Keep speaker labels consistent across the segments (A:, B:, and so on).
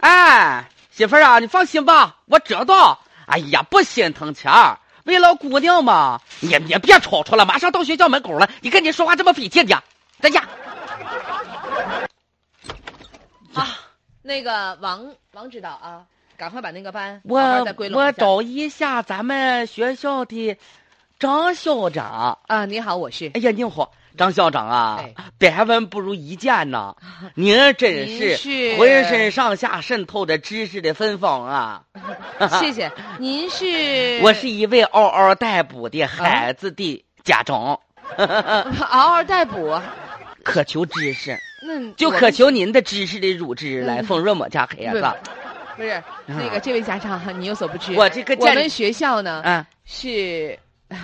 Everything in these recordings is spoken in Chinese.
A: 哎，媳妇儿啊，你放心吧，我知道。哎呀，不心疼钱儿，为了姑娘嘛。你你别吵吵了，马上到学校门口了，你跟你说话这么费劲的，咱家
B: 啊，那个王王指导啊，赶快把那个班
A: 我
B: 好好再归拢一
A: 我
B: 下
A: 找一下咱们学校的张校长。
B: 啊！你好，我是
A: 哎呀，您好，张校长啊
B: 哎，
A: 百闻不如一见呐， 您真
B: 您是
A: 浑身上下渗透着知识的芬芳啊！
B: 谢谢您是
A: 我是一位嗷嗷待哺的孩子的家长，
B: 嗷嗷待哺，
A: 渴求知识，
B: 那
A: 就
B: 我
A: 渴求您的知识的乳汁来丰润我家孩子。
B: 不是那个这位家长，你有所不知，
A: 啊我这个
B: 我
A: 家
B: 们
A: 里，
B: 学校呢、
A: 嗯，
B: 是，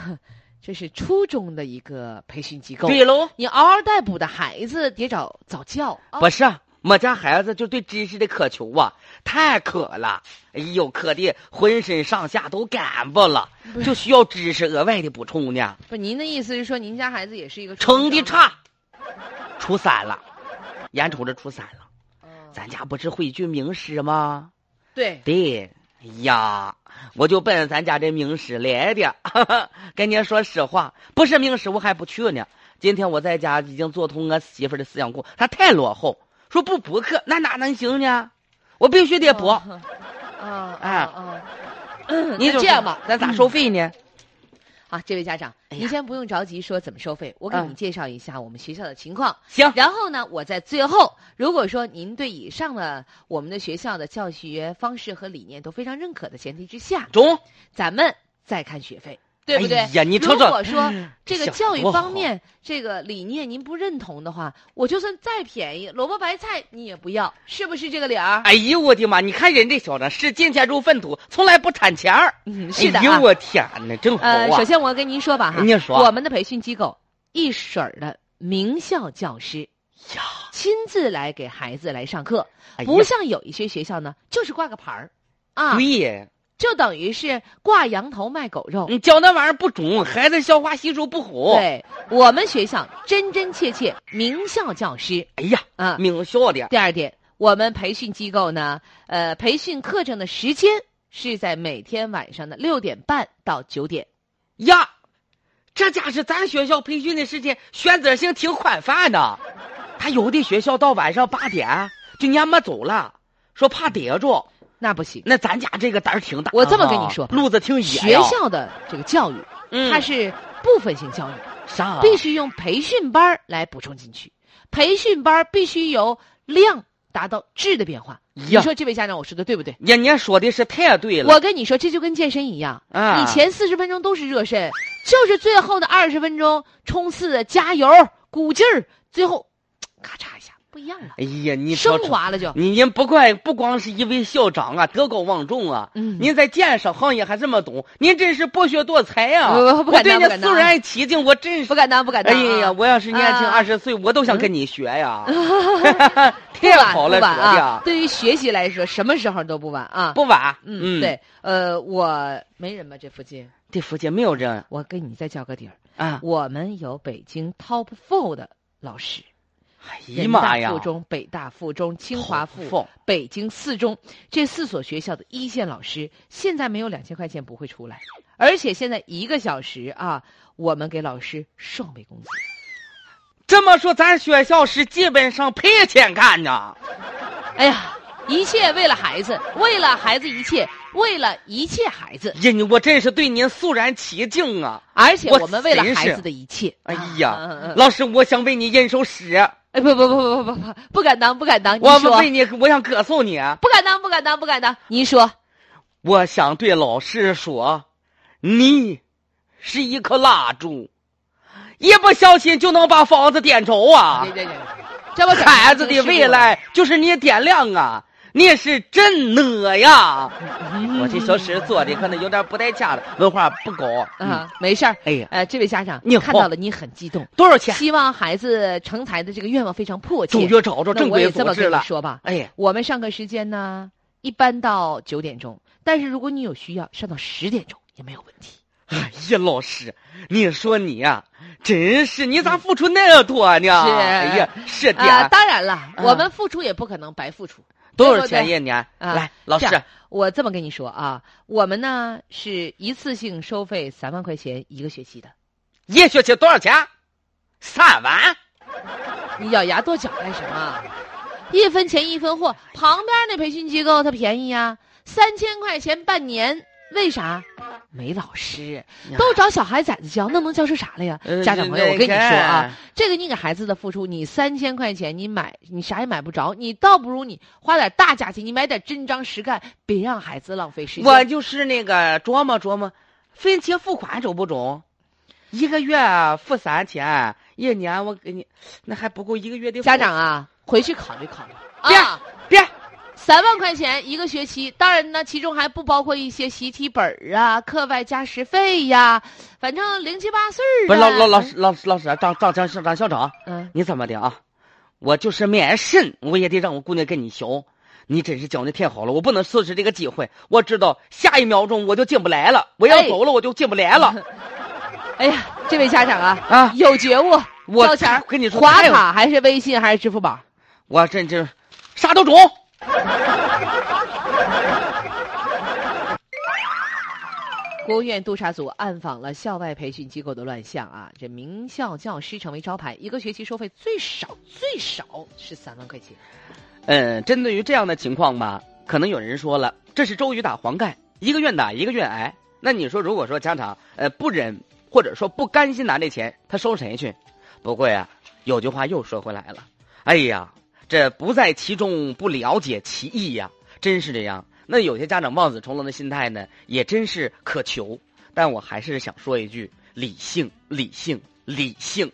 B: 这是初中的一个培训机构。
A: 对喽，
B: 你嗷嗷待哺的孩子得找早教啊！
A: 不是啊我家孩子就对知识的渴求啊，太渴了，哎呦，渴的浑身上下都干巴了，
B: 不是
A: 就需要知识额外的补充呢。
B: 哦不，您的意思是说您家孩子也是一个初中
A: 成绩
B: 生
A: 差，初三了，眼瞅着初三了，
B: 吗？
A: 咱家不是会一句名诗吗？
B: 哦对，
A: 对，哎呀，我就奔咱家这名师来的。 跟您说实话，不是名师我还不去呢。今天我在家已经做通我媳妇儿的思想工，她太落后，说不补课那哪能行呢？我必须得补。
B: 啊啊啊啊！
A: 你
B: 那这样吧，嗯
A: 咱咋收费呢？
B: 啊，这位家长，
A: 哎呀
B: 您先不用着急说怎么收费，我给
A: 嗯
B: 你介绍一下我们学校的情况。
A: 行，
B: 然后呢，我在最后，如果说您对以上的我们的学校的教学方式和理念都非常认可的前提之下，
A: 中，
B: 咱们再看学费，对不对？
A: 哎呀，你瞅
B: 如
A: 瞅嗯
B: 果说这个
A: 小
B: 教育
A: 多
B: 方
A: 好
B: 面这个理念您不认同的话，我就算再便宜，萝卜白菜你也不要，是不是这个理儿？
A: 哎呦我的妈！你看人这小子视金钱如粪土，从来不贪钱儿。
B: 嗯，是的
A: 哎
B: 啊
A: 呦。我天哪，真好啊！
B: 呃，首先我跟您说吧哈，
A: 您说
B: 我们的培训机构一水儿的名校教师
A: 呀，
B: 亲自来给孩子来上课，
A: 哎呀
B: 不像有一些学校呢，就是挂个牌儿，啊，
A: 对，
B: 就等于是挂羊头卖狗肉。
A: 你教那玩意儿不中，孩子消化吸收不好。，
B: 对我们学校真真切切名校教师
A: 哎呀，
B: 啊。
A: 名校的，
B: 第二点，我们培训机构呢，呃，培训课程的时间是在每天晚上的六点半到九点。
A: 呀，这家是咱学校培训的时间选择性挺宽泛的，他有的学校到晚上八点就撵没走了，说怕逮着。
B: 那不行，
A: 那咱家这个胆儿挺大啊，
B: 我这么跟你说
A: 路子挺野
B: 学
A: 呀，
B: 校的这个教育
A: 嗯
B: 它是部分性教育，
A: 啥啊？
B: 必须用培训班儿来补充进去。培训班儿必须由量达到质的变化。你
A: 呀
B: 说这位家长，我说的对不对？
A: 呀，您说的是太对了。
B: 我跟你说，这就跟健身一样，
A: 啊，
B: 你前四十分钟都是热身，就是最后的二十分钟冲刺、加油、鼓劲儿，最后咔嚓一下不一样了，
A: 哎呀，你
B: 升
A: 说出
B: 华了就。
A: 你您不怪不光是一位校长啊，德高望重啊，
B: 嗯
A: 您在建设行业还这么懂，您真是博学多才呀、
B: 不不不敢
A: 我对
B: 当
A: 你
B: 不敢
A: 肃
B: 当
A: 然起敬，我真是
B: 不。敢当，不敢
A: 哎
B: 当啊、
A: 呀，我要是年轻
B: 啊
A: 二十岁，我都想跟你学呀，太
B: 不晚
A: 好了，
B: 不晚
A: 学的
B: 啊
A: 啊！
B: 对于学习来说，什么时候都不晚啊。
A: 不晚。
B: 嗯，，对，呃，我没人吧？这附近，
A: 这福建没有人
B: 我给你再交个底儿。
A: 啊！
B: 我们有北京 Top Four 的老师，
A: 哎呀
B: 人
A: 妈
B: 大
A: 呀
B: 附！中、北大附中、清华附、
A: Top four
B: 北京四中这四所学校的一线老师，现在没有两千块钱不会出来，而且现在一个小时啊，我们给老师双倍工资。
A: 这么说，咱学校是基本上赔钱干呢。
B: 哎呀，一切为了孩子，为了孩子一切，为了一切孩子，
A: 呀，你我真是对您肃然起敬啊！
B: 而且
A: 我
B: 我们为了
A: 真
B: 孩
A: 是
B: 子的一切。
A: 哎
B: 啊嗯嗯
A: 呀
B: 嗯，
A: 老师，我想为你吟首诗，
B: 哎，不不不不不不不，不敢当，不敢当。您
A: 我
B: 说，
A: 为你，我想歌颂你。啊
B: 不敢当，不敢当，不敢当。您说，
A: 我想对老师说，你是一颗蜡烛，一不小心就能把房子点着啊！
B: 这这 这不
A: 孩子的未，来 就是你点亮啊！你是真讷呀！我这小诗做的可能有点不太恰当，文化不高。嗯，
B: 啊，没事儿。
A: 哎呀，
B: 呃，这位家长，
A: 你好
B: 看到了，你很激动，
A: 多少钱？
B: 希望孩子成才的这个愿望非常迫切。
A: 终于找着
B: 那
A: 正
B: 我也
A: 规
B: 这
A: 组
B: 么
A: 织
B: 跟你
A: 了。
B: 说吧，
A: 哎呀，
B: 我们上课时间呢，一般到九点钟，但是如果你有需要，上到十点钟也没有问题。
A: 哎呀，老师，你说你呀、真是你咋付出那么多呢？
B: 是
A: 哎呀，是的，
B: 啊，当然了，
A: 啊
B: 我们付出也不可能白付出，
A: 多少钱一年？
B: 啊
A: 来，老
B: 这
A: 师
B: 样，我这么跟你说啊，我们呢是一次性收费三万块钱一个学期的，
A: 一学期多少钱？三万。
B: 你咬牙跺脚干什么？啊一分钱一分货，旁边那培训机构它便宜呀、三千块钱半年，为啥？没老师，都找小孩崽子教，那能教出啥来呀？
A: 啊呃
B: 家长朋友，我跟你说啊，
A: 那个，
B: 这个你给孩子的付出，你三千块钱你买你啥也买不着，你倒不如你花点大价钱，你买点真章实干，别让孩子浪费时间。
A: 我就是那个琢磨琢磨，分期付款中不中？一个月付三千，一年我给你，那还不够一个月的。
B: 家，长啊，回去考虑考虑
A: 别
B: 啊。
A: 别，
B: 三万块钱一个学期，当然呢，其中还不包括一些习题本儿啊、课外加时费呀、反正零七八碎儿、啊。
A: 不是老老老师老师老师张张张张张校长，
B: 嗯，
A: 你怎么的啊？我就是免审，我也得让我姑娘跟你学。你真是教的太好了，我不能错失这个机会。我知道下一秒钟我就进不来了，我要
B: 哎
A: 走了我就进不来了、
B: 哎呀，这位家长啊，
A: 啊！
B: 有觉悟，
A: 我
B: 交钱儿
A: 跟你说，
B: 划
A: 太有
B: 卡还是微信还是支付宝？
A: 我真这啥都中。
B: 国务院督察组暗访了校外培训机构的乱象啊，这名校教师成为招牌，一个学期收费最少最少是三万块钱。
A: 嗯，针对于这样的情况吧，可能有人说了，这是周瑜打黄盖，一个愿打一个愿挨。那你说，如果说家长呃不忍或者说不甘心拿这钱，他收谁去？不过呀，有句话又说回来了，哎呀，这不在其中不了解其意呀，真是这样。那有些家长望子成龙的心态呢，也真是可求。但我还是想说一句：理性，理性，理性。